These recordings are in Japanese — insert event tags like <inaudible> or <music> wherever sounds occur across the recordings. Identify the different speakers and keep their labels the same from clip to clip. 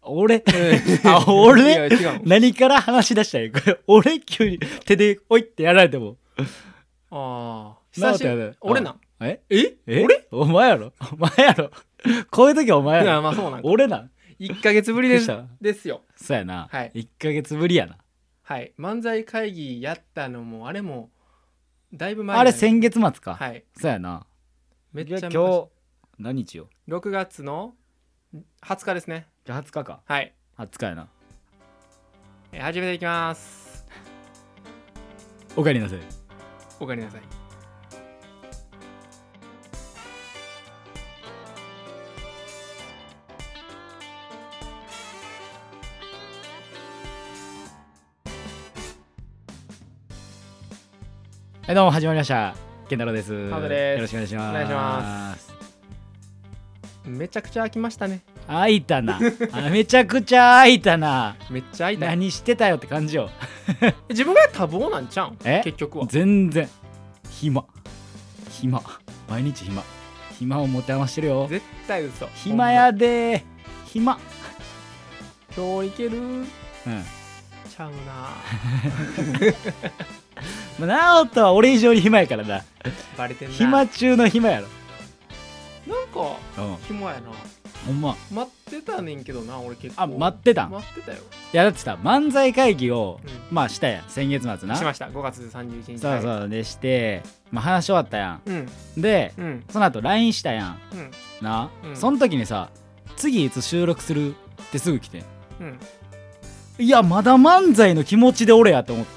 Speaker 1: 俺
Speaker 2: <laughs> うん
Speaker 1: あ
Speaker 2: い
Speaker 1: 俺
Speaker 2: や違う
Speaker 1: 何から話し出したいこれ俺急に手でおいってやられても
Speaker 2: ああ
Speaker 1: な
Speaker 2: 久
Speaker 1: ん
Speaker 2: して
Speaker 1: や
Speaker 2: ぶり
Speaker 1: で
Speaker 2: 俺な
Speaker 1: え
Speaker 2: え
Speaker 1: え
Speaker 2: 俺
Speaker 1: お前やろお前やろこういう時はお前
Speaker 2: い
Speaker 1: や
Speaker 2: や
Speaker 1: ろ
Speaker 2: まあそうなんか
Speaker 1: 俺なん
Speaker 2: 1か月ぶり
Speaker 1: びっくり
Speaker 2: で
Speaker 1: し
Speaker 2: す
Speaker 1: た
Speaker 2: ですよ
Speaker 1: そうやな、
Speaker 2: はい
Speaker 1: 1ヶ月ぶりやな
Speaker 2: はい漫才会議やったのもあれもだいぶ前
Speaker 1: あれ
Speaker 2: になる
Speaker 1: 先月末か、
Speaker 2: はい
Speaker 1: そうやな
Speaker 2: めっちゃ
Speaker 1: じゃあ
Speaker 2: 昔
Speaker 1: 今日何日よ
Speaker 2: 6月の20日ですね
Speaker 1: じゃあ20日か
Speaker 2: はい
Speaker 1: 20日やな
Speaker 2: えー始めていきます
Speaker 1: おかえりなさい
Speaker 2: おかえりなさい
Speaker 1: はいどうも始まりました健太郎です
Speaker 2: ハブです
Speaker 1: よろしくお願いします
Speaker 2: お願いしますめちゃくちゃ飽きましたね
Speaker 1: あいたなあめちゃくちゃあいたな
Speaker 2: めっちゃ会いたい
Speaker 1: 何してたよって感じよ
Speaker 2: 自分が多忙なんちゃうん
Speaker 1: え
Speaker 2: 結局は
Speaker 1: 全然暇暇毎日暇暇を持て余してるよ
Speaker 2: 絶対嘘
Speaker 1: 暇やで暇
Speaker 2: ほんま今日いける
Speaker 1: うん
Speaker 2: ちゃうな
Speaker 1: まあ直人は俺以上に暇やからな
Speaker 2: バレてんなな
Speaker 1: 暇
Speaker 2: んか
Speaker 1: 中の暇やろうん
Speaker 2: 暇やな
Speaker 1: ほんま
Speaker 2: 待ってたねんけどな俺結構
Speaker 1: あ待ってたんい
Speaker 2: 待ってたよ、
Speaker 1: やだってさ漫才会議を
Speaker 2: う
Speaker 1: まあしたやん先月末
Speaker 2: ん、
Speaker 1: な
Speaker 2: し
Speaker 1: そ
Speaker 2: ま
Speaker 1: う
Speaker 2: した5月31日
Speaker 1: そうでしてまあ話し終わったや
Speaker 2: うん
Speaker 1: んで
Speaker 2: うん
Speaker 1: その後 LINE したやん
Speaker 2: うん
Speaker 1: な、
Speaker 2: うん
Speaker 1: その時にさ次いつ収録するってすぐ来てん
Speaker 2: うん
Speaker 1: いやまだ漫才の気持ちで俺やと思って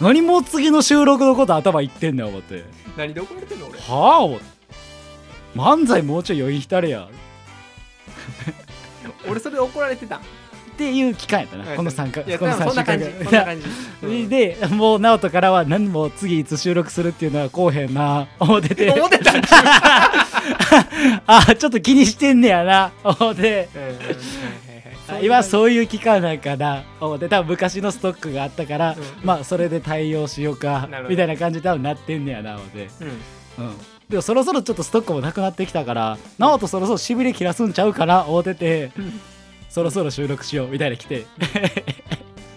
Speaker 1: 何も次の収録のこと頭いってんねん思って
Speaker 2: 何で怒られてんの俺
Speaker 1: はあ思って漫才もうちょい余韻浸れや
Speaker 2: 俺それで怒られてたん
Speaker 1: っていう期間やった <laughs> なこの3か
Speaker 2: いや
Speaker 1: この
Speaker 2: そんな
Speaker 1: 3
Speaker 2: 感じ
Speaker 1: <laughs>
Speaker 2: そんな感じうん
Speaker 1: でもう直人からは何も次いつ収録するっていうのはこうへんな思ってて
Speaker 2: 思ってたんち
Speaker 1: あちょっと気にしてんねやな思って
Speaker 2: ゃううんはいはいはい
Speaker 1: 今そういう期間なんかな思って多分昔のストックがあったから、
Speaker 2: うん
Speaker 1: まあそれで対応しようか
Speaker 2: なるほど
Speaker 1: みたいな感じで多分なってんねやな思って、
Speaker 2: うん
Speaker 1: うん、でもそろそろちょっとストックもなくなってきたから直人そろそろしびれ切らすんちゃうかな思ってて、
Speaker 2: ん
Speaker 1: そろそろ収録しようみたいな来て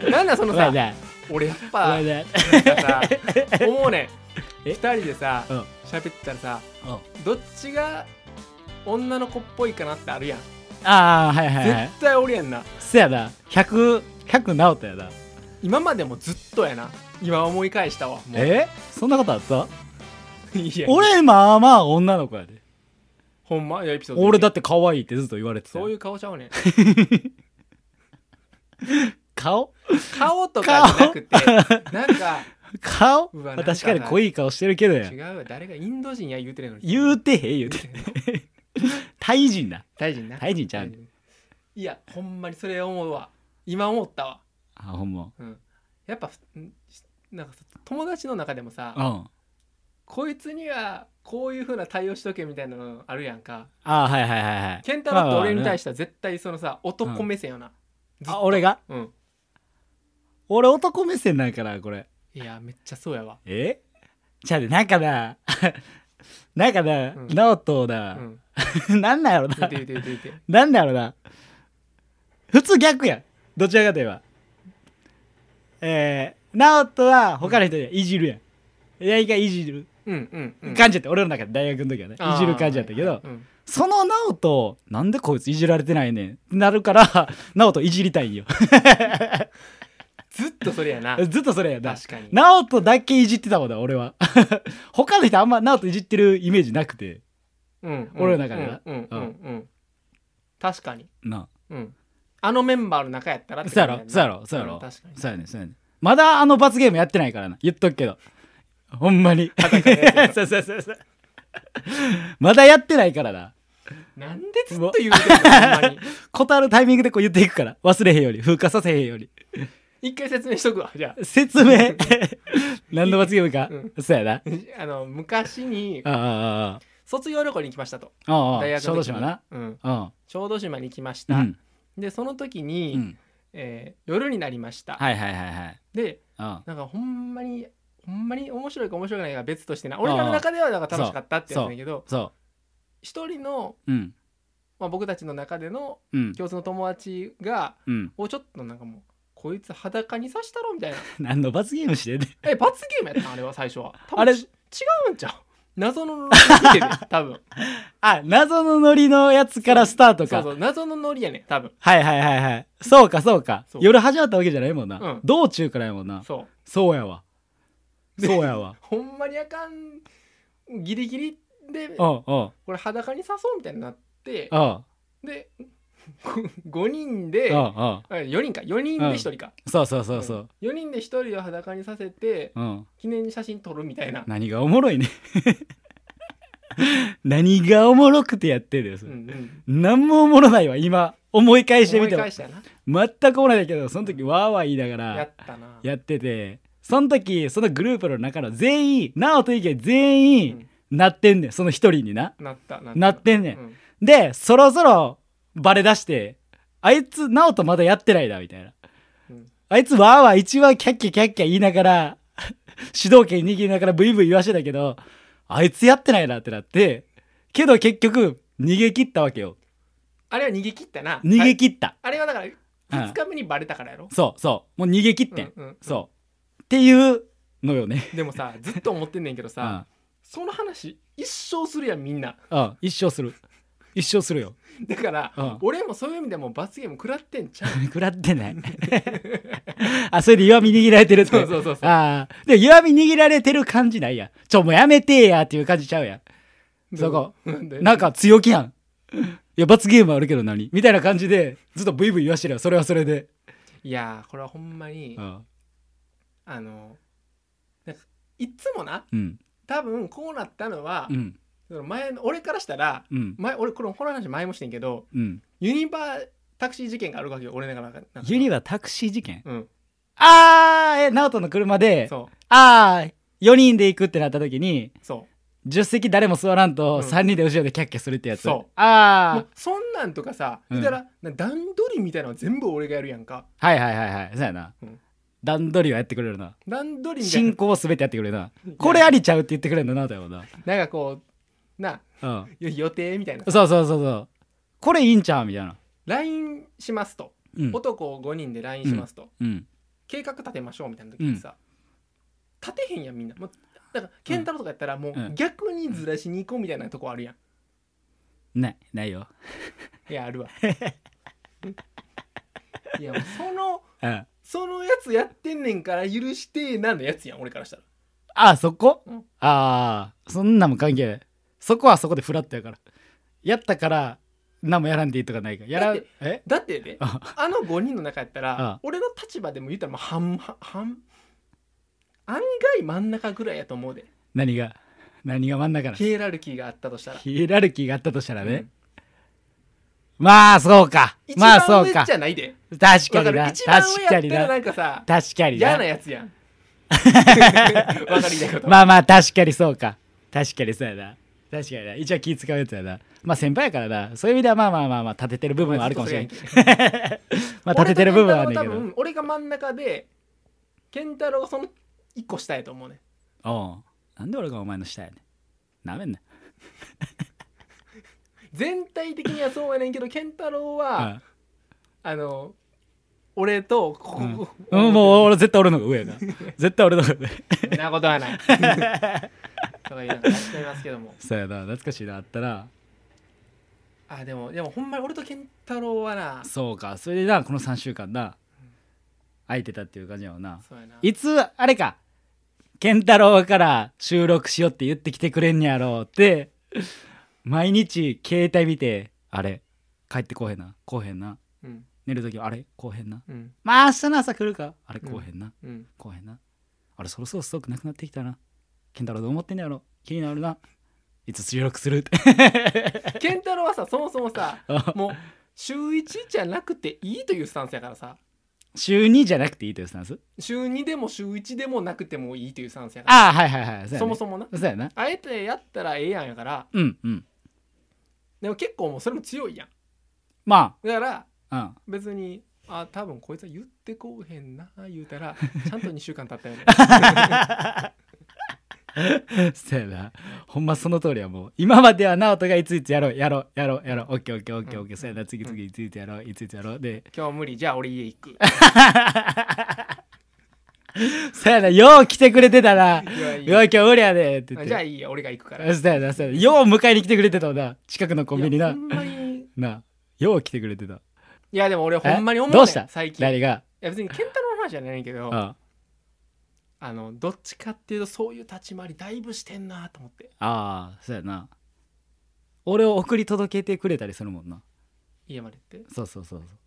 Speaker 2: なんだそ
Speaker 1: 「ご
Speaker 2: の
Speaker 1: め
Speaker 2: さ
Speaker 1: んね
Speaker 2: 俺やっ
Speaker 1: ご
Speaker 2: ぱ
Speaker 1: めんね
Speaker 2: なんかさ思うねん
Speaker 1: <laughs> え
Speaker 2: 2人でさ
Speaker 1: うん
Speaker 2: 喋ってたらさ
Speaker 1: うん
Speaker 2: どっちが女の子っぽいかなってあるやん
Speaker 1: ああはいはいはい
Speaker 2: 絶対おるやんな
Speaker 1: そやな100100 100直人やな
Speaker 2: 今までもずっとやな今思い返したわもう
Speaker 1: えそんなことあった
Speaker 2: いや
Speaker 1: 俺まあまあ女の子やで
Speaker 2: ほんまいやエピソード
Speaker 1: 俺だって可愛いってずっと言われてたよ
Speaker 2: そういう顔ちゃうねん
Speaker 1: 顔
Speaker 2: 顔とかじゃな
Speaker 1: <laughs>
Speaker 2: くてなんか
Speaker 1: 顔
Speaker 2: うわ
Speaker 1: まあ確かに濃い顔してるけどや
Speaker 2: 違うわ誰がインド人や言うてるのに
Speaker 1: 言うてへん言うて
Speaker 2: <laughs>
Speaker 1: <laughs> タイ人だ
Speaker 2: 大臣な
Speaker 1: タイ人ちゃうねん
Speaker 2: 大臣いやほんまにそれ思うわ今思ったわ
Speaker 1: あほんま
Speaker 2: うんやっぱんなんかさ友達の中でもさ
Speaker 1: うんあ
Speaker 2: こいつにはこういうふうな対応しとけみたいなのあるやんか
Speaker 1: あはいはいはいはい
Speaker 2: 健太郎って俺に対
Speaker 1: して
Speaker 2: しては絶対そのさ男目線よな、ずっ
Speaker 1: あ俺が
Speaker 2: うん、
Speaker 1: 俺男目線なんかなこれ
Speaker 2: いやめっちゃそうやわ
Speaker 1: えじゃあねなんかな <laughs> なんかな、
Speaker 2: うん
Speaker 1: 直人
Speaker 2: う
Speaker 1: だ、
Speaker 2: ん
Speaker 1: <laughs> なんなんやろ
Speaker 2: 言
Speaker 1: な
Speaker 2: うて言うて言うて言うて
Speaker 1: なんだろうな。普通逆やん。どちらかといえば。えー、ナオトは他の人にはいじるやん。大がいじる
Speaker 2: うんうん、うん、
Speaker 1: 感じやった。俺の中で大学の時はね、
Speaker 2: あー
Speaker 1: いじる感じやったけ
Speaker 2: は
Speaker 1: ど
Speaker 2: い、はいうん
Speaker 1: そのナオト、なんでこいついじられてないねんってなるから、 <laughs> ナオトいじりたいんよ。
Speaker 2: ずっとそれ
Speaker 1: <laughs>
Speaker 2: やな
Speaker 1: ずっとそれやな。
Speaker 2: 確かに
Speaker 1: ナオトだけいじってたもんな、俺は。 <laughs> 他の人あんまナオトいじってるイメージなくて。
Speaker 2: うん
Speaker 1: 俺の中でな
Speaker 2: うんうんうん、うん確かに、
Speaker 1: な
Speaker 2: うん、あのメンバーの中やったらって
Speaker 1: そうや
Speaker 2: 感
Speaker 1: ろ
Speaker 2: じ
Speaker 1: そうや
Speaker 2: な
Speaker 1: ろそうやろ
Speaker 2: ん確かに
Speaker 1: そうやねんそうやねんまだあの罰ゲームやってないからな言っとくけどほんまにそうそうそうそうまだやってないからな
Speaker 2: なんでずっと言うてんのほんまに <laughs>
Speaker 1: ことあるタイミングでこう言っていくから忘れへんように風化させへんように
Speaker 2: 一回説明しとくわじゃあ <laughs>
Speaker 1: 説明何の罰ゲームか、そうやな
Speaker 2: あの昔に
Speaker 1: ああ
Speaker 2: 卒業旅行に行きましたと
Speaker 1: あああああ
Speaker 2: 大
Speaker 1: あ
Speaker 2: 学
Speaker 1: 小豆
Speaker 2: の時に
Speaker 1: 島な
Speaker 2: うん、
Speaker 1: うん
Speaker 2: 小豆島に行きまし
Speaker 1: う
Speaker 2: た、
Speaker 1: ん、
Speaker 2: でその時に、
Speaker 1: うん、
Speaker 2: えー夜になりました、
Speaker 1: はいはいはいはい
Speaker 2: で
Speaker 1: うん
Speaker 2: なんかほんまにほんまに面白いか面白くないかは別としてな俺らの中ではなんか楽しかったってやつだけど
Speaker 1: そ
Speaker 2: 一人の
Speaker 1: ううん
Speaker 2: まあ、僕たちの中での
Speaker 1: うん
Speaker 2: 共通の友達が
Speaker 1: うん
Speaker 2: もうちょっとなんかもうこいつ裸にさしたろみ
Speaker 1: <laughs>
Speaker 2: たいな
Speaker 1: 何の罰ゲームしてんねん
Speaker 2: え罰ゲームやったんあれは最初は多分
Speaker 1: あれ
Speaker 2: ち違うんちゃう謎のノリで
Speaker 1: <laughs>
Speaker 2: 多分
Speaker 1: あ謎のノリのやつからスタート
Speaker 2: そう
Speaker 1: か
Speaker 2: そう謎のノリやね多分
Speaker 1: はいはいはいはいそうかそうか
Speaker 2: そう
Speaker 1: 夜始まったわけじゃないもんな、
Speaker 2: うん
Speaker 1: 道中からやもんな
Speaker 2: そう
Speaker 1: そうやわ
Speaker 2: で
Speaker 1: そうやわ
Speaker 2: ほんまにあかんギリギリで
Speaker 1: う
Speaker 2: こ
Speaker 1: んうん
Speaker 2: れ裸にさそうみたいになって
Speaker 1: うん
Speaker 2: で5人で
Speaker 1: うんうん
Speaker 2: 4人か4人で1人か、
Speaker 1: そうそうそうそう
Speaker 2: 4人で1人を裸にさせて
Speaker 1: うん
Speaker 2: 記念に写真撮るみたいな、
Speaker 1: 何がおもろいね <laughs> 何がおもろくてやってるよそ
Speaker 2: うん
Speaker 1: れ、
Speaker 2: うん、
Speaker 1: 何もおもろないわ今思い返してみ
Speaker 2: 思い
Speaker 1: ても
Speaker 2: 返したよな
Speaker 1: 全くおもろないけどその時わーわー言いなが
Speaker 2: や
Speaker 1: ら
Speaker 2: ったな
Speaker 1: やっててその時そのグループの中の全員直人以外全員なってんねんその一人にな
Speaker 2: なったなっ
Speaker 1: なってんねん
Speaker 2: うん
Speaker 1: でそろそろバレ出してあいつ直人まだやってないなみたいな
Speaker 2: うん
Speaker 1: あいつわーわー一番キャッキャキャッキャ言いながら <laughs> 主導権握りながらブイブイ言わしてたけどあいつやってないなってなってけど結局逃げ切ったわけよ
Speaker 2: あれは逃げ切ったな
Speaker 1: 逃
Speaker 2: は
Speaker 1: げ
Speaker 2: い
Speaker 1: 切った、
Speaker 2: あれはだから
Speaker 1: うん
Speaker 2: 2日目にバレたからやろ、
Speaker 1: そうそうもう逃げ切ってん、
Speaker 2: うんうん
Speaker 1: そうっていうのよね
Speaker 2: でもさずっと思ってんねんけどさ、その話一生するやんみんな
Speaker 1: うんうん一生する一生するよ
Speaker 2: だから、
Speaker 1: うん
Speaker 2: 俺もそういう意味でもう罰ゲーム食らってんちゃう
Speaker 1: 食らってない <laughs> あそれで弱み握られてるって
Speaker 2: そうそうそうそう
Speaker 1: ああ。で、弱み握られてる感じないやん。ちょ、もうやめてやっていう感じちゃうやん。そこ
Speaker 2: うんで
Speaker 1: なんか強気やん。いや、罰ゲームあるけど何みたいな感じで、ずっとブイブイ言わしてるよ。それはそれで。
Speaker 2: いやーこれはほんまに、
Speaker 1: うん。
Speaker 2: あのなんかいつもな
Speaker 1: うん。
Speaker 2: 多分こうなったのは、
Speaker 1: うん。
Speaker 2: その前の俺からしたら
Speaker 1: うん。
Speaker 2: 前俺このこの話前もしてんけど
Speaker 1: うん。
Speaker 2: ユニバータクシー事件があるわけよ俺の中でなんか
Speaker 1: ユニはタクシー事件
Speaker 2: うん
Speaker 1: ああえ、ナオトの車で、
Speaker 2: そ
Speaker 1: ああ、4人で行くってなった時に、
Speaker 2: うそう
Speaker 1: 助手席誰も座らんと、
Speaker 2: うん
Speaker 1: 3人で後ろでキャッキャするってやつ。
Speaker 2: そうも
Speaker 1: あ
Speaker 2: うそんなんとかさ、
Speaker 1: うん
Speaker 2: いたらな段取りみたいなのは全部俺がやるやんか
Speaker 1: あ。はいはいはいはい。そうやな
Speaker 2: うん。
Speaker 1: 段取りはやってくれるな。
Speaker 2: 段取りみたいな
Speaker 1: 進行すべてやってくれるな。これありちゃうって言ってくれるんだな、だよな。
Speaker 2: なんかこうな
Speaker 1: うん。
Speaker 2: よ予定みたいな
Speaker 1: そうそうそうそう。これいいんちゃうみたいな。
Speaker 2: LINE しますと、
Speaker 1: うん。
Speaker 2: 男5人で LINE しますと、
Speaker 1: うん。
Speaker 2: 計画立てましょうみたいな時にさ、立てへんやんみんなもうだから健太郎とかやったらもう
Speaker 1: うん
Speaker 2: 逆にずらしに行こうみたいなとこあるやん
Speaker 1: ない、ないよ。
Speaker 2: いや
Speaker 1: <laughs>
Speaker 2: あるわいやもうその
Speaker 1: うん。
Speaker 2: そのやつやってんねんから許してえなのやつやん俺からしたら
Speaker 1: あ、そこ、
Speaker 2: うん
Speaker 1: ああ、そんなんも関係ない。そこはそこでフラットやから。やったから、何もやらんでいいとかないから。やら
Speaker 2: だっ
Speaker 1: ん
Speaker 2: て、
Speaker 1: え
Speaker 2: だってね
Speaker 1: あ
Speaker 2: あの5人の中やったら
Speaker 1: ああ
Speaker 2: 俺の立場でも言ったらもう半半半案外真ん中ぐらいやと思うで
Speaker 1: 何が、何が真ん中なの
Speaker 2: ヒエラルキーがあったとしたら、
Speaker 1: ヒエラルキーがあったとしたら
Speaker 2: う
Speaker 1: ね
Speaker 2: ん。
Speaker 1: まあ、そうか。
Speaker 2: 一
Speaker 1: まあ、
Speaker 2: 番
Speaker 1: そう
Speaker 2: 上
Speaker 1: か
Speaker 2: じ。ゃないで
Speaker 1: 確か
Speaker 2: わか
Speaker 1: に
Speaker 2: る
Speaker 1: な。
Speaker 2: 一番
Speaker 1: 確
Speaker 2: 上や
Speaker 1: か
Speaker 2: っ
Speaker 1: に
Speaker 2: たら
Speaker 1: な。
Speaker 2: なんかさ
Speaker 1: 確かに
Speaker 2: 嫌
Speaker 1: な
Speaker 2: な。や
Speaker 1: <laughs>
Speaker 2: つやんわかりたいこと
Speaker 1: まあまあ確かにそうか確かにそうやな確かにな一応気使うやつやなまあ先輩やからなそういう意味ではまあまあまあまあ立ててる部分はあるかもしれん <laughs> まあ立ててる部分はあるんだけど
Speaker 2: 俺と健太郎は多分俺が真ん中で健太郎がその一個下やと思うね
Speaker 1: おうなんで俺がお前の下やねんなめんな
Speaker 2: 全体的にはそうやねんけど健太郎
Speaker 1: う
Speaker 2: は
Speaker 1: ん
Speaker 2: あの俺とここ、
Speaker 1: うん、もう俺絶対俺の方が上やな絶対俺の方が上 <laughs>
Speaker 2: そんなことはないとか言いながらやってますけども
Speaker 1: そうやな懐かしいなあったな
Speaker 2: あでもでもほんまに俺と健太郎はな
Speaker 1: そうかそれでなこの3週間な空いてたっていう感じやもんな
Speaker 2: そうやない
Speaker 1: つあれか健太郎から収録しようって言ってきてくれんねやろうって毎日携帯見てあれ帰ってこうへんなこうへんな
Speaker 2: うん
Speaker 1: 寝る時あれこうへんな
Speaker 2: うん
Speaker 1: まあ明日の朝来るかあれこうへんな、
Speaker 2: うん
Speaker 1: こうへんなあれそろそろストックなくなってきたな健太郎どう思ってんねやろ気になるないつ収録するって <laughs>
Speaker 2: 健太郎はさそもそもさ
Speaker 1: あ
Speaker 2: もう週1じゃなくていいというスタンスやからさ
Speaker 1: 週2じゃなくていいというスタンス
Speaker 2: 週2でも週1でもなくてもいいというスタンスやから
Speaker 1: ああはいはいはい
Speaker 2: そも
Speaker 1: も
Speaker 2: そもな
Speaker 1: そうやな
Speaker 2: あえてやったらええやんやから
Speaker 1: うんうん
Speaker 2: でも結構もうそれも強いやん
Speaker 1: ま
Speaker 2: だから
Speaker 1: あうん
Speaker 2: 別にあ多分こいつは言ってこうへんな言うたらちゃんと2週間経ったよね
Speaker 1: そうやなほんまその通りやもう今までは直人がいついつやろうやろうやろうやろうオッケーオッケーオッケーオッケーそうやな次々いついつやろういついつやろうで
Speaker 2: 今日無理じゃあ俺家
Speaker 1: <laughs>
Speaker 2: 行く
Speaker 1: そうやなよう来てくれてたなよ
Speaker 2: いやいいう
Speaker 1: 今日無理やでって言って
Speaker 2: じゃあいいや俺が行くから
Speaker 1: そうやなそうやなよう迎えに来てくれてたもんな近くのコンビニ
Speaker 2: いや
Speaker 1: な
Speaker 2: ほんまにい
Speaker 1: なよう来てくれてた
Speaker 2: やでも俺ほんまに思う、ねん、
Speaker 1: えどうした
Speaker 2: 最近い
Speaker 1: 誰が
Speaker 2: や別に健太郎の話じゃないけどあ
Speaker 1: あ
Speaker 2: のどっちかっていうとそういう立ち回りだいぶしてんなと思って
Speaker 1: あーそうやな俺を送り届けてくれたりするもんな
Speaker 2: 家までって
Speaker 1: そうそうそうそう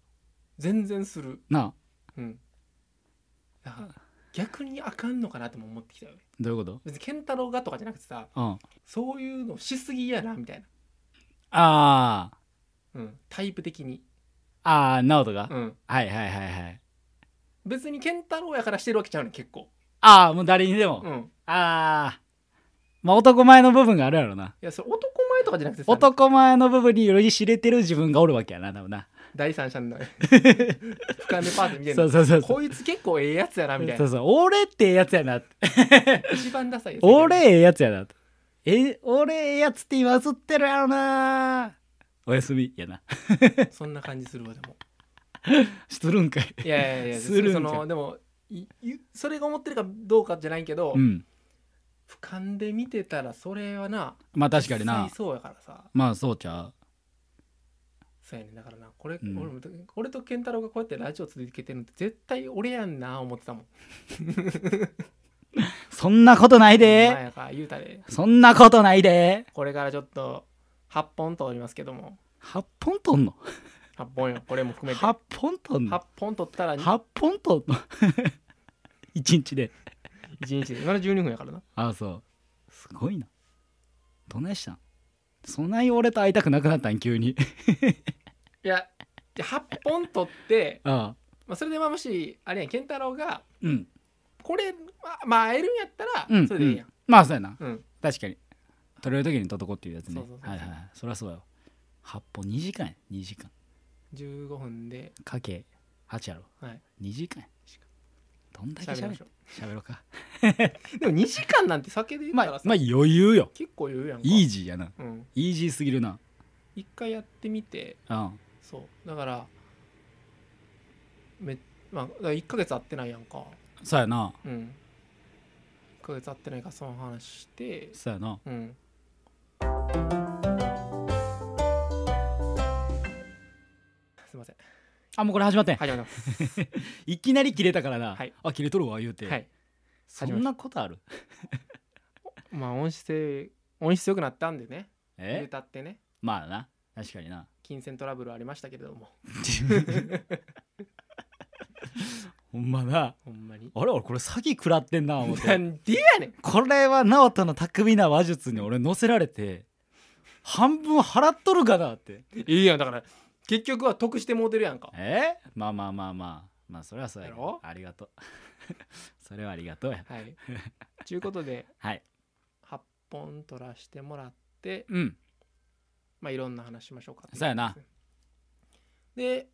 Speaker 2: 全然する
Speaker 1: なあ
Speaker 2: うんだから逆にあかんのかなとも思ってきたよね
Speaker 1: どういうこと
Speaker 2: 別に健太郎がとかじゃなくてさ
Speaker 1: うん
Speaker 2: そういうのしすぎやなみたいな、
Speaker 1: あー
Speaker 2: うん、タイプ的に、
Speaker 1: ああ直人が、
Speaker 2: うん、
Speaker 1: はいはいはいはい
Speaker 2: 別に健太郎やからしてるわけちゃうねん結構
Speaker 1: ああもう誰にでも、
Speaker 2: うん
Speaker 1: ああまあ男前の部分があるやろない
Speaker 2: やそれ男前とかじゃなくてさ
Speaker 1: 男前の部分により知れてる自分がおるわけやな多分な
Speaker 2: 第
Speaker 1: <laughs>
Speaker 2: 三者の俯瞰でパーティーみたい
Speaker 1: そ
Speaker 2: な
Speaker 1: うそうそうそう
Speaker 2: こいつ結構ええやつやなみたい
Speaker 1: そう
Speaker 2: な
Speaker 1: そう俺ってええやつやな
Speaker 2: 一番ダサいやつ
Speaker 1: 俺ええやつやなえ俺ええやつって今映ってるやろなおやすみやな
Speaker 2: そんな感じするわでも
Speaker 1: しとるんかい
Speaker 2: いやいやいや
Speaker 1: するんじゃ
Speaker 2: そ
Speaker 1: ん
Speaker 2: のでもいいそれが思ってるかどうかじゃないけど、
Speaker 1: うん
Speaker 2: 俯瞰で見てたらそれはな
Speaker 1: まあ確かに
Speaker 2: 実
Speaker 1: な
Speaker 2: 際そうやからさ
Speaker 1: まあそうちゃ
Speaker 2: そうやねんだからなこれ、
Speaker 1: うん
Speaker 2: 俺も俺と健太郎がこうやってラジオ続けてるのって絶対俺やんな思ってたもん
Speaker 1: うそんなことない
Speaker 2: ほんま
Speaker 1: で
Speaker 2: やから言うたで
Speaker 1: そんなことないで
Speaker 2: これからちょっと8本とおりますけども
Speaker 1: 8本とんの
Speaker 2: 8本よこれも含めて
Speaker 1: 8本とんの
Speaker 2: 8本取ったら1
Speaker 1: 8本と <laughs> 一日で
Speaker 2: 日で今の12分やからな
Speaker 1: ああそうすごいなどないしたんそない俺と会いたくなくなったん急に
Speaker 2: いやで8本取って、
Speaker 1: ああ
Speaker 2: まあ、それでまあもしあれやん健太郎が
Speaker 1: うん
Speaker 2: これまあまあ会えるんやったら、
Speaker 1: うん
Speaker 2: それでいいやん、
Speaker 1: まあそうやな
Speaker 2: うん
Speaker 1: 確かに取れる時に取っとこうっていうやつね
Speaker 2: そうそうそう
Speaker 1: はいはいはいそりゃそうよ8本2時間や2時間
Speaker 2: 15分で
Speaker 1: かけ8やろ
Speaker 2: はい
Speaker 1: 2時間やどんだけ
Speaker 2: 喋り
Speaker 1: 喋
Speaker 2: ま
Speaker 1: る
Speaker 2: しょ
Speaker 1: 喋ろうか
Speaker 2: うでも2時間なんて酒で言
Speaker 1: ま
Speaker 2: っ
Speaker 1: あ
Speaker 2: たらさ、
Speaker 1: まあ余裕よ
Speaker 2: 結構言うやんか
Speaker 1: イージーやな
Speaker 2: うん、
Speaker 1: イージーすぎるな
Speaker 2: 一回やってみて
Speaker 1: うん
Speaker 2: そうだからめまあだから1ヶ月会ってないやんか
Speaker 1: そうやな
Speaker 2: うん1ヶ月会ってないからその話して
Speaker 1: そうやな
Speaker 2: うんすいません
Speaker 1: あもうこれ始まってん
Speaker 2: 始まります
Speaker 1: いきなり切れたからな、
Speaker 2: はい
Speaker 1: あ切れとるわ言うて、
Speaker 2: はい
Speaker 1: そんなことある
Speaker 2: まあ音質音質良くなったんでね
Speaker 1: え
Speaker 2: 歌ってね
Speaker 1: まあな確かにな
Speaker 2: 金銭トラブルありましたけれども
Speaker 1: <laughs> ほんまな
Speaker 2: ほんまに
Speaker 1: あれ俺これ詐欺食らってんな思っ
Speaker 2: な
Speaker 1: て
Speaker 2: んでやねん
Speaker 1: これは直人の巧みな話術に俺乗せられて半分払っとるかなって
Speaker 2: いいやんだから結局は得してもうてるやんか
Speaker 1: えまあまあまあまあまあそれはそうやけど
Speaker 2: やろ
Speaker 1: ありがとう <laughs> それはありがとうや
Speaker 2: はいちゅうことで
Speaker 1: はい
Speaker 2: 8本取らしてもらって
Speaker 1: うん
Speaker 2: まあいろんな話しましょうかってい
Speaker 1: そうやな
Speaker 2: で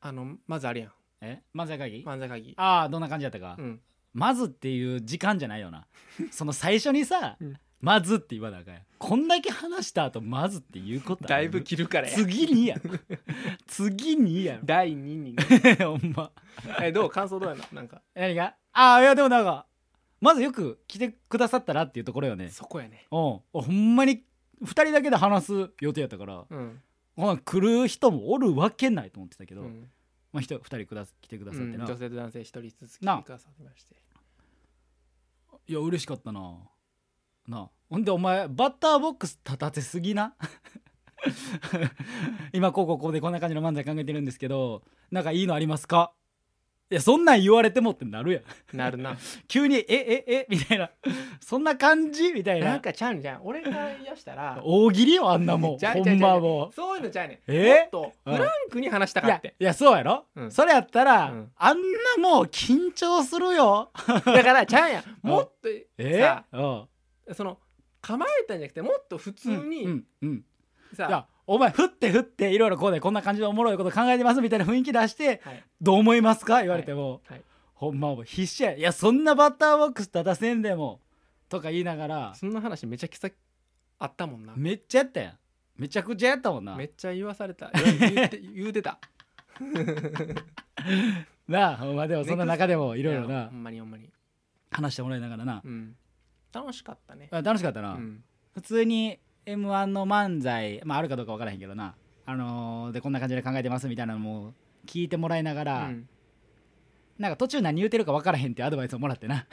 Speaker 2: あのまずあれやん
Speaker 1: え漫才会議、
Speaker 2: 漫才会議
Speaker 1: ああどんな感じやったか、
Speaker 2: うん
Speaker 1: まずっていう時間じゃないよな <laughs> その最初にさ、
Speaker 2: うん
Speaker 1: まずって言わなあかんやんこんだけ話した後まずっていうことある
Speaker 2: だいぶ切るからや
Speaker 1: 次に
Speaker 2: <laughs>
Speaker 1: やろ次にや
Speaker 2: 第2に <laughs>
Speaker 1: ろほんま
Speaker 2: えどう感想どうやのなんか
Speaker 1: 何がああいやでもなんかまずよく来てくださったらっていうところよね
Speaker 2: そこやね
Speaker 1: うん俺ほんまに2人だけで話す予定やったから、
Speaker 2: うん
Speaker 1: まあ来る人もおるわけないと思ってたけ
Speaker 2: う
Speaker 1: ど、
Speaker 2: ん
Speaker 1: まあ人2人くだ来てくださってな、
Speaker 2: 女性と男性一人ずつ来
Speaker 1: なあ
Speaker 2: てくださってまして
Speaker 1: いや嬉しかったななあほんでお前バッターボックス立たせすぎな <laughs> 今こうこうこうでこんな感じの漫才考えてるんですけどなんかいいのありますかいやそんなん言われてもって <laughs> なるやん
Speaker 2: なるな
Speaker 1: 急に「えええみたいな <laughs> そんな感じみたいな
Speaker 2: なんかちゃうんじゃん俺が言い出し
Speaker 1: <laughs>
Speaker 2: たら
Speaker 1: 大喜利よあんなもん
Speaker 2: ちゃう
Speaker 1: ほ
Speaker 2: ちゃうんちゃ
Speaker 1: ま
Speaker 2: う
Speaker 1: も
Speaker 2: そういうのちゃうねん
Speaker 1: え
Speaker 2: もっとフランクに話した
Speaker 1: うい
Speaker 2: か
Speaker 1: や
Speaker 2: っ
Speaker 1: い
Speaker 2: て
Speaker 1: やそうやろ、
Speaker 2: うん
Speaker 1: それやったら、
Speaker 2: うん
Speaker 1: あんなもう緊張するよ
Speaker 2: だからちゃ
Speaker 1: <laughs>
Speaker 2: うやんもっと
Speaker 1: え
Speaker 2: さ
Speaker 1: うん
Speaker 2: その構えたんじゃなくてもっと普通
Speaker 1: う
Speaker 2: に
Speaker 1: んうんい
Speaker 2: さ
Speaker 1: やお前振って振っていろいろこうでこんな感じでおもろいこと考えてますみたいな雰囲気出して
Speaker 2: はい
Speaker 1: 「どう思いますか?」言われても、
Speaker 2: はい
Speaker 1: ほんまもう必死や「いやそんなバッターボックス立たせんでもとか言いながら
Speaker 2: そんな話めちゃくちゃあったもんな
Speaker 1: めっちゃやったやんめちゃくちゃやったもんな
Speaker 2: めっちゃ言わされた言わ言って言うてた
Speaker 1: なあほんまでもそんな中でも <laughs> い
Speaker 2: い
Speaker 1: ろいろ
Speaker 2: や
Speaker 1: な
Speaker 2: ほんまにほんまに
Speaker 1: 話してもらいながらな、
Speaker 2: うん楽しかったね
Speaker 1: あ楽しかった
Speaker 2: う
Speaker 1: な、
Speaker 2: ん
Speaker 1: 普通に m 1の漫才、まあ、あるかどうか分からへんけどな、あのーでこんな感じで考えてますみたいなのも聞いてもらいなが
Speaker 2: う
Speaker 1: ら、
Speaker 2: ん
Speaker 1: なんか途中何言うてるか分からへんってアドバイスをもらってな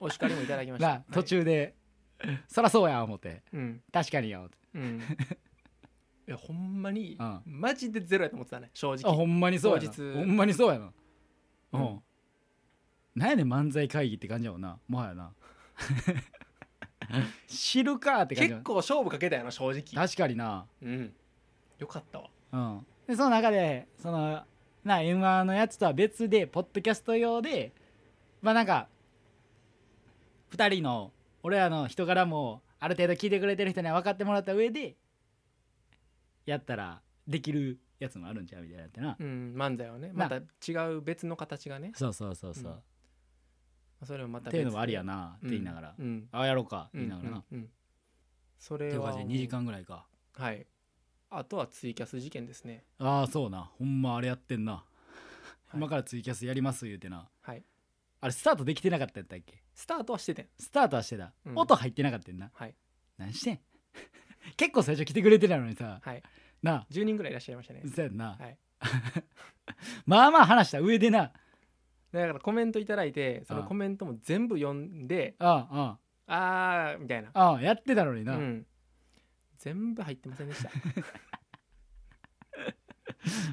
Speaker 2: うんお叱りもいただきまし
Speaker 1: な
Speaker 2: た
Speaker 1: 途中で <laughs> 「そらそうや」思って
Speaker 2: はいうん
Speaker 1: 「確かによ」って
Speaker 2: うん <laughs> いやほんまに
Speaker 1: うん
Speaker 2: マジでゼロやと思ってたね正
Speaker 1: あほ
Speaker 2: 直
Speaker 1: んまにそうやな
Speaker 2: 当日
Speaker 1: ほんまにそうやなう
Speaker 2: うん
Speaker 1: ん、なんやねん漫才会議って感じやもんなもはやな <laughs> 知るかって感じや
Speaker 2: 結構勝負かけたよな正直
Speaker 1: 確かにな
Speaker 2: うんよかったわ
Speaker 1: うんでその中でそのな m 1のやつとは別でポッドキャスト用でまあなんか2人の俺らの人柄もある程度聞いてくれてる人には分かってもらった上でやったらできるやつもあるんちゃうみたいなってな、
Speaker 2: うん漫才はね
Speaker 1: な
Speaker 2: また違う別の形がね
Speaker 1: そうそうそうそう、
Speaker 2: うんそれをまた
Speaker 1: っていうのもありや
Speaker 2: な
Speaker 1: なって言いながら、
Speaker 2: うん
Speaker 1: あやろうか
Speaker 2: う
Speaker 1: 言い
Speaker 2: ん
Speaker 1: ながらな、っ
Speaker 2: うんうんそ
Speaker 1: て
Speaker 2: れ
Speaker 1: いう
Speaker 2: は
Speaker 1: 感じで2時間ぐらいか
Speaker 2: はいあとはツイキャス事件ですね
Speaker 1: ああそうなほんまあれやってんな、
Speaker 2: い
Speaker 1: 今からツイキャスやります言うてな
Speaker 2: はい
Speaker 1: あれスタートできてなかったやったっけ
Speaker 2: スタートはしててん
Speaker 1: スタートはしてた、
Speaker 2: うん
Speaker 1: 音入ってなかったんな
Speaker 2: はい
Speaker 1: 何してん <laughs> 結構最初来てくれてたのにさ
Speaker 2: はい
Speaker 1: なあ
Speaker 2: 10人ぐらいいらっしゃいましたね
Speaker 1: そうやんな、
Speaker 2: はい
Speaker 1: <laughs> まあまあ話した上でな
Speaker 2: だからコメントいただいてそ
Speaker 1: あ
Speaker 2: の
Speaker 1: あ
Speaker 2: コメントも全部読んで
Speaker 1: あ
Speaker 2: あーみたいな
Speaker 1: あああああやってたのにな、
Speaker 2: うん全部入ってませんでした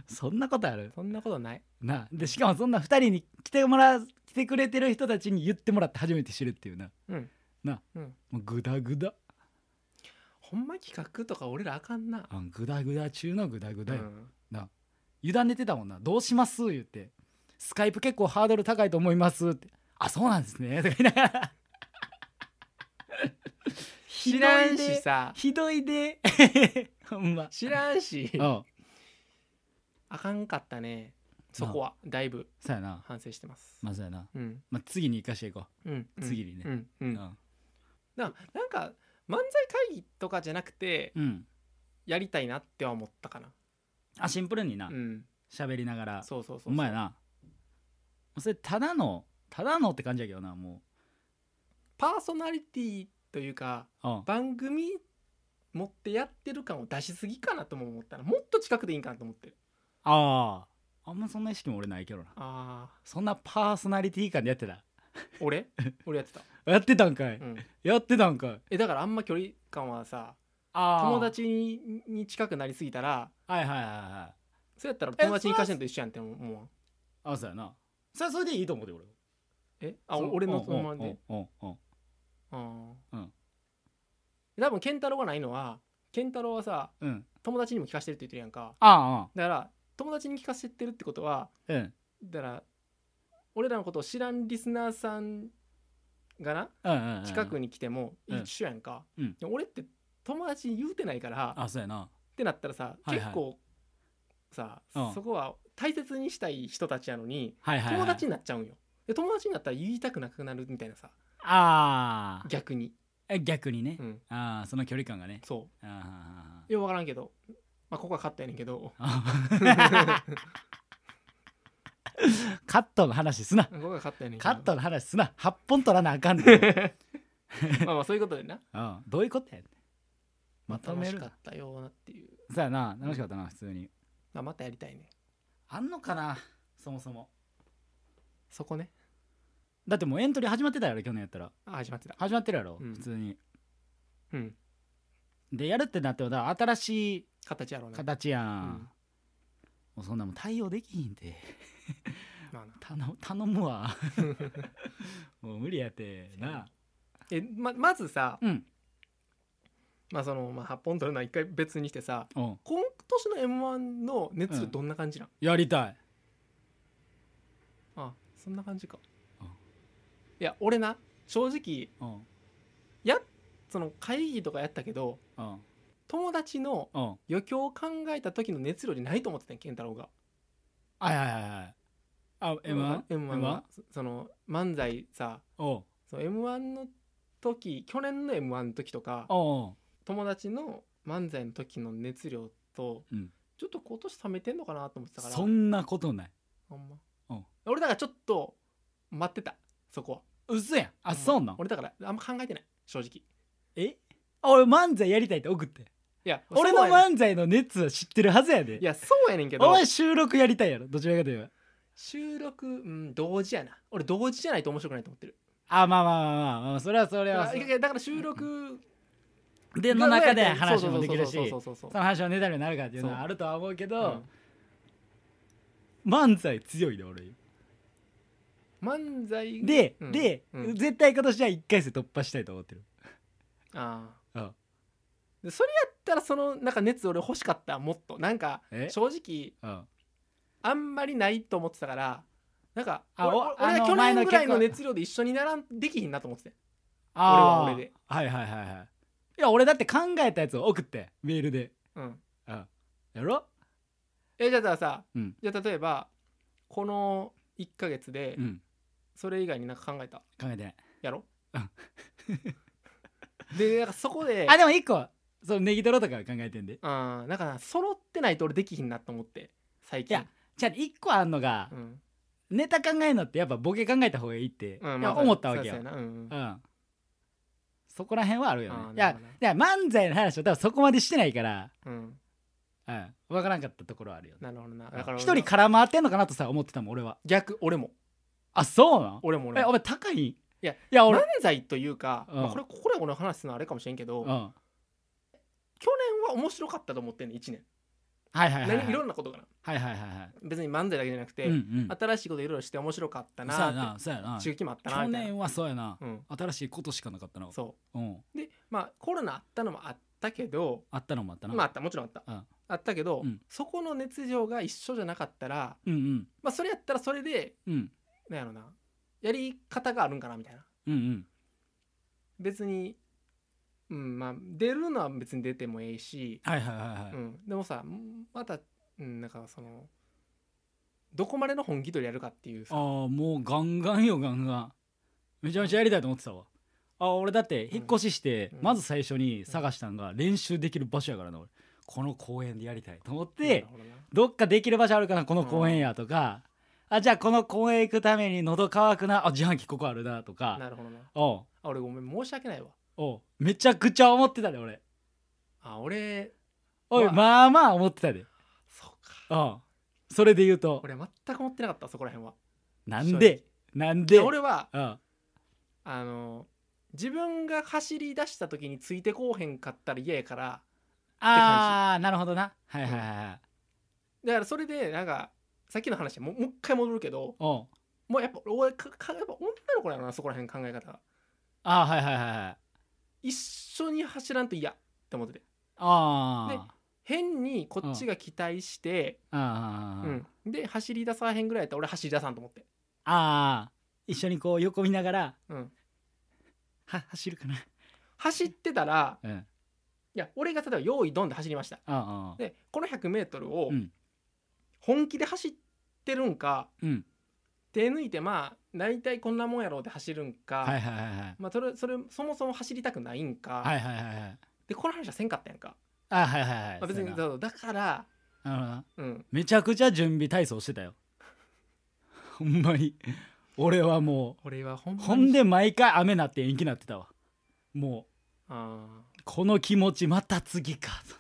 Speaker 2: <laughs>
Speaker 1: そんなことある
Speaker 2: そんなことない
Speaker 1: なあでしかもそんな2人に来てもらう来てくれてる人たちに言ってもらって初めて知るっていうな
Speaker 2: うん
Speaker 1: な
Speaker 2: うん
Speaker 1: もうグダグダ
Speaker 2: ほんま企画とか俺らあかんな
Speaker 1: あグダグダ中のグダグダよ、
Speaker 2: うん
Speaker 1: 油断出てたもんな「どうします?」言って「スカイプ結構ハードル高いと思います」って「あそうなんですね」とか言いながら
Speaker 2: 知らんしさ
Speaker 1: ひどいで <laughs> ほんま
Speaker 2: 知らんし
Speaker 1: うん
Speaker 2: あかんかったねそこはだいぶ
Speaker 1: そうやな
Speaker 2: 反省してます
Speaker 1: まあそうやな、
Speaker 2: うん
Speaker 1: まあ、次に生かしていこ
Speaker 2: うん
Speaker 1: う次にね
Speaker 2: うんう
Speaker 1: ううんん、
Speaker 2: ななんか漫才会議とかじゃなくて
Speaker 1: うん、
Speaker 2: やりたいなっては思ったかな
Speaker 1: あシンプルにな
Speaker 2: うん
Speaker 1: 喋、りながら
Speaker 2: そうそうそう
Speaker 1: ほんまやなそれただのただのって感じやけどなも
Speaker 2: パーソナリティというか
Speaker 1: う、うん、
Speaker 2: 番組持ってやってる感を出しすぎかなとも思ったなもっと近くでいいんかなと思ってる
Speaker 1: あああんまそんな意識も俺ないけどな
Speaker 2: あ
Speaker 1: そんなパーソナリティ感でやってた
Speaker 2: ー
Speaker 1: <laughs>
Speaker 2: 俺俺やってた、
Speaker 1: やってたんかい、
Speaker 2: うん、
Speaker 1: やってたんかい
Speaker 2: えだからあんま距離感はさ
Speaker 1: あ
Speaker 2: 友達にに近くなりすぎたら
Speaker 1: はいはいはいはい
Speaker 2: それやったら友達に行かせんと一緒やんって思う思わん
Speaker 1: あそうやなそれはそれでいいと思うで俺は
Speaker 2: えあ
Speaker 1: そ
Speaker 2: 俺の
Speaker 1: うん
Speaker 2: そのままで
Speaker 1: うんうんうん
Speaker 2: うん
Speaker 1: うん
Speaker 2: 多分健太郎がないのは健太郎はさ
Speaker 1: うんうん
Speaker 2: 友達にも聞かせてるって言ってるやんか
Speaker 1: あ
Speaker 2: だから友達に聞かせてるってことは
Speaker 1: あうん
Speaker 2: だから俺らのことを知らんリスナーさんがな
Speaker 1: うんうんうん
Speaker 2: 近くに来ても
Speaker 1: うん
Speaker 2: 一緒やんか、
Speaker 1: うん
Speaker 2: でも俺って友達に言うてないから、っ
Speaker 1: あそうやな
Speaker 2: てなったらさ、
Speaker 1: はいはい
Speaker 2: 結構さ、
Speaker 1: うん
Speaker 2: そこは大切にしたい人たちやのに
Speaker 1: はいはい、はい、
Speaker 2: 友達になっちゃうんよ、で友達になったら言いたくなくなるみたいなさ
Speaker 1: ああ
Speaker 2: 逆に、
Speaker 1: え逆にね、
Speaker 2: うん、
Speaker 1: ああその距離感がね
Speaker 2: そ
Speaker 1: あーはーは
Speaker 2: うよく分からんけど、まあ、ここは勝ったやねんけ <laughs> ど
Speaker 1: ー
Speaker 2: ここ
Speaker 1: はー
Speaker 2: <laughs> は
Speaker 1: カットの話すな
Speaker 2: 勝ったやねんけど
Speaker 1: カットの話すな8本取らなあかんね
Speaker 2: まあまあそういうことでな
Speaker 1: うんどういうことやねんまと
Speaker 2: 楽
Speaker 1: め
Speaker 2: し
Speaker 1: る
Speaker 2: かったよなっていう、
Speaker 1: そうやな楽しかったな普通に
Speaker 2: まあ、またやりたいね
Speaker 1: あんのかなそもそも
Speaker 2: そこね
Speaker 1: だってもうエントリー始まってたやろ去年やったら
Speaker 2: あ始まってた
Speaker 1: 始まってるやろ、
Speaker 2: うん
Speaker 1: 普通に
Speaker 2: うん
Speaker 1: でやるってなってもだから新しい
Speaker 2: 形やろうな、
Speaker 1: 形やん、
Speaker 2: うん
Speaker 1: もうそんなもん対応できひんて
Speaker 2: まあな
Speaker 1: 頼頼むわもう無理やて
Speaker 2: <laughs>
Speaker 1: な
Speaker 2: えままずさ、
Speaker 1: うん
Speaker 2: まあそのまあ、8本取るのは一回別にしてさ
Speaker 1: うん
Speaker 2: 今年の m 1の熱量どんな感じなん、
Speaker 1: やりたい
Speaker 2: あそんな感じか、
Speaker 1: うん
Speaker 2: いや俺な正直
Speaker 1: うん
Speaker 2: その会議とかやったけど
Speaker 1: うん
Speaker 2: 友達の
Speaker 1: うん
Speaker 2: 余興を考えた時の熱量じゃないと思ってたん健太郎が
Speaker 1: はいはいはいはいあ M1?
Speaker 2: M1 はそその漫才さ
Speaker 1: おう
Speaker 2: その m 1の時去年の m 1の時とか
Speaker 1: おう
Speaker 2: 友達の漫才の時の熱量と、
Speaker 1: うん
Speaker 2: ちょっと今年冷めてんのかなと思ってたから
Speaker 1: そんなことない
Speaker 2: ほん
Speaker 1: う
Speaker 2: ま
Speaker 1: ん
Speaker 2: 俺だからちょっと待ってたそこは
Speaker 1: 嘘やんあ
Speaker 2: ほんま
Speaker 1: そうなん
Speaker 2: 俺だからあんま考えてない正直い
Speaker 1: え俺漫才やりたいって送って
Speaker 2: や
Speaker 1: 俺の
Speaker 2: そうやね
Speaker 1: 漫才の熱は知ってるはずやで
Speaker 2: んいやそうやねんけ
Speaker 1: お
Speaker 2: ど
Speaker 1: 前収録やりたいやろどちらかといえば
Speaker 2: 収録、うん、同時やな俺同時じゃないと面白くないと思ってる
Speaker 1: あまあまあまあまあまあそれはそれ
Speaker 2: だ
Speaker 1: は
Speaker 2: からいやいやだから収録
Speaker 1: での中で話
Speaker 2: そうそ
Speaker 1: も
Speaker 2: う
Speaker 1: できるし
Speaker 2: そ
Speaker 1: そ
Speaker 2: うそ
Speaker 1: の
Speaker 2: うそうそうそう
Speaker 1: 話のネタになるかっていうのは
Speaker 2: そう
Speaker 1: あるとは思うけ
Speaker 2: う
Speaker 1: ど
Speaker 2: ん
Speaker 1: 漫才強いで俺
Speaker 2: 漫才
Speaker 1: で、
Speaker 2: うん
Speaker 1: で、
Speaker 2: うん
Speaker 1: 絶対今年は1回戦突破したいと思ってる
Speaker 2: あ
Speaker 1: う
Speaker 2: あ
Speaker 1: ん
Speaker 2: でそれやったらそのなんか熱俺欲しかったもっとなんか
Speaker 1: え
Speaker 2: 正直
Speaker 1: うん
Speaker 2: あんまりないと思ってたからなんか
Speaker 1: あ
Speaker 2: 俺
Speaker 1: お
Speaker 2: 俺
Speaker 1: あ
Speaker 2: 俺
Speaker 1: の
Speaker 2: が去
Speaker 1: 前の
Speaker 2: 年ぐらいの
Speaker 1: 結婚
Speaker 2: 熱量で一緒にならんできひんなと思ってて
Speaker 1: あー
Speaker 2: 俺は俺で
Speaker 1: はいはいはいはいいや俺だって考えたやつを送ってメールで
Speaker 2: うん
Speaker 1: うんやろ
Speaker 2: えじゃあさ、
Speaker 1: うん
Speaker 2: じゃあ例えばこの1ヶ月で
Speaker 1: うん
Speaker 2: それ以外になんか考えた
Speaker 1: 考えてない
Speaker 2: やろ
Speaker 1: う
Speaker 2: <laughs> でなんかそこで
Speaker 1: あでも1個そのネギトロとかは考えてんで
Speaker 2: うんなんかな揃ってないと俺できひんなと思って最近
Speaker 1: いやじゃあ1個あんのが
Speaker 2: うん
Speaker 1: ネタ考えるのってやっぱボケ考えた方がいいって、
Speaker 2: うん
Speaker 1: いや
Speaker 2: まあ
Speaker 1: 思ったわけよ
Speaker 2: そうやなうんうん
Speaker 1: うん、そこら辺はあるよね
Speaker 2: あー
Speaker 1: いや
Speaker 2: なるほどね
Speaker 1: いや漫才の話は多分そこまでしてないから、
Speaker 2: うん
Speaker 1: うん、分からんかったところはあるよね
Speaker 2: なるほどなだから
Speaker 1: 一
Speaker 2: 俺
Speaker 1: 人空回ってんのかなとさ思ってたもん俺は
Speaker 2: 逆俺も
Speaker 1: あそうなん
Speaker 2: 俺も俺
Speaker 1: えお
Speaker 2: も
Speaker 1: 前高いい
Speaker 2: や
Speaker 1: いや
Speaker 2: 漫
Speaker 1: 俺
Speaker 2: 才というか、
Speaker 1: うん
Speaker 2: まあこれここでこの話すのはあれかもしれんけど、
Speaker 1: うんはい
Speaker 2: 去年は面白かったと思ってんね1年、
Speaker 1: はいはいはい
Speaker 2: 何いろんなことがな
Speaker 1: はいはいはいはい
Speaker 2: 別に漫才だけじゃなくて、
Speaker 1: うんうん
Speaker 2: 新しいこといろいろして面白かった
Speaker 1: そうや
Speaker 2: なっ
Speaker 1: なそうやな
Speaker 2: て中期もあったな
Speaker 1: 去
Speaker 2: みたいな
Speaker 1: 年はそうやな
Speaker 2: うん
Speaker 1: 新しいことしかなかったな
Speaker 2: そ
Speaker 1: うん
Speaker 2: うでまあコロナあったのもあったけど
Speaker 1: あったのもあったな
Speaker 2: まああったもちろんあった、
Speaker 1: うん
Speaker 2: あったけど、
Speaker 1: うん
Speaker 2: そこの熱情が一緒じゃなかったら
Speaker 1: うんうん
Speaker 2: まあそれやったらそれで
Speaker 1: うん
Speaker 2: なんやろなやり方があるんかなみたいな
Speaker 1: うんうん
Speaker 2: 別にうんまあ出るのは別に出てもええし、
Speaker 1: はいはいはいは
Speaker 2: う
Speaker 1: い
Speaker 2: ん、でもさまた、うん、なんかそのどこまでの本気取りやるかっていう
Speaker 1: あ
Speaker 2: さ
Speaker 1: ーもうガンガンよガンガンめちゃめちゃやりたいと思ってたわあ俺だって引っ越しして、
Speaker 2: うん
Speaker 1: まず最初に探したんが練習できる場所やからな俺この公園でやりたいと思って、
Speaker 2: なるほどな
Speaker 1: どっかできる場所あるかなこの公園やとか、あじゃあこの公園行くために喉乾くなあ自販機ここあるなとか
Speaker 2: なるほどな
Speaker 1: おう
Speaker 2: あ俺ごめん申し訳ないわ
Speaker 1: おうめちゃくちゃ思ってたで俺
Speaker 2: あ俺
Speaker 1: おい、
Speaker 2: まあ
Speaker 1: まあまあ思ってたで
Speaker 2: そうか
Speaker 1: おうそれで言うと
Speaker 2: 俺全く思ってなかったそこら辺は
Speaker 1: なんでなん
Speaker 2: で
Speaker 1: で
Speaker 2: 俺は
Speaker 1: うん
Speaker 2: あの自分が走り出した時についてこうへんかったら嫌やから
Speaker 1: ああなるほどなはいはいはいはい
Speaker 2: だからそれでなんかさっきの話もうもう一回戻るけど
Speaker 1: おう
Speaker 2: もうやっぱ俺かかやっぱ女の子だよなそこら辺考え方が
Speaker 1: ああはいはいはいはい
Speaker 2: 一緒に走らんと嫌って思ってて
Speaker 1: あ
Speaker 2: 変にこっちが期待して、
Speaker 1: あああ、
Speaker 2: うんで走り出さへんぐらいやったら俺走り出さんと思って、
Speaker 1: ああ一緒にこう横見ながら
Speaker 2: うん、
Speaker 1: は走るかな
Speaker 2: 走ってたら
Speaker 1: うんうん
Speaker 2: いや俺が例えば用意ドンで走りました
Speaker 1: ああ
Speaker 2: でこの 100m を
Speaker 1: うん
Speaker 2: 本気で走ってるんか、
Speaker 1: うん
Speaker 2: 手抜いてまあ大体こんなもんやろうで走るんか、
Speaker 1: はいはいはいはい
Speaker 2: まあ、それそれそもそも走りたくないんか、
Speaker 1: はいはいはいはい
Speaker 2: でこの話はせんかったやんか、
Speaker 1: あはいはいはい
Speaker 2: まあ、別に
Speaker 1: そうやな
Speaker 2: そうだから、
Speaker 1: あのな
Speaker 2: うん、
Speaker 1: めちゃくちゃ準備体操してたよ <laughs> ほんまに俺はも
Speaker 2: 俺はほん
Speaker 1: う
Speaker 2: まに
Speaker 1: ほんで毎回雨なって延期なってたわも
Speaker 2: あ
Speaker 1: うこの気持ちまた次かと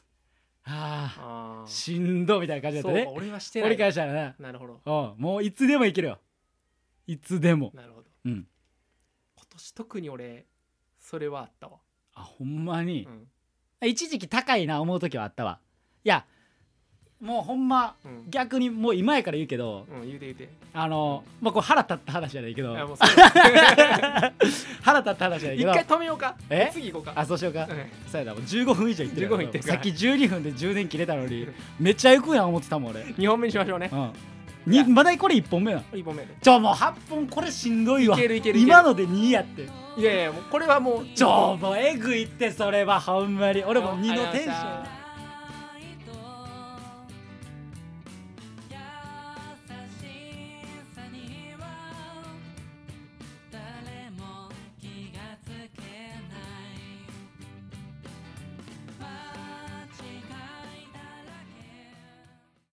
Speaker 1: あ
Speaker 2: ー
Speaker 1: あ
Speaker 2: あー
Speaker 1: しんどみたいな感じだった
Speaker 2: そうか
Speaker 1: ね
Speaker 2: 俺はしてな
Speaker 1: 折り
Speaker 2: い
Speaker 1: 返したらな
Speaker 2: なるほど
Speaker 1: うんもういつでもいけるよいつでも
Speaker 2: なるほど
Speaker 1: うん
Speaker 2: 今年特に俺それはあったわ、
Speaker 1: あほんまに
Speaker 2: う、ん
Speaker 1: 一時期高いな思う時はあったわいやもうほんま
Speaker 2: うん
Speaker 1: 逆にもう今やから言うけど
Speaker 2: うん、言うて言うて
Speaker 1: あのまあこう腹立った話じゃないけど
Speaker 2: いやもうそれ
Speaker 1: <laughs> 腹立った話じゃないけ
Speaker 2: 一
Speaker 1: ど
Speaker 2: 回止めようか
Speaker 1: え
Speaker 2: 次行こうか
Speaker 1: あそうしようか
Speaker 2: うん
Speaker 1: そうやなもう15分以上いってる
Speaker 2: 15分いってるか
Speaker 1: さ
Speaker 2: ら
Speaker 1: っき12分で充電切れたのにめっちゃ行くやん思ってたもん俺
Speaker 2: 2本目にしましょうね
Speaker 1: うん
Speaker 2: い
Speaker 1: に
Speaker 2: や
Speaker 1: まだこれ1本目な
Speaker 2: 1本目で
Speaker 1: ちょもう8本これしんどいわ
Speaker 2: いけるいけるいける
Speaker 1: 今ので2やって
Speaker 2: いやいやもうこれはもう
Speaker 1: ちょもうえぐいってそれはほんまに俺も2のテンション
Speaker 2: ン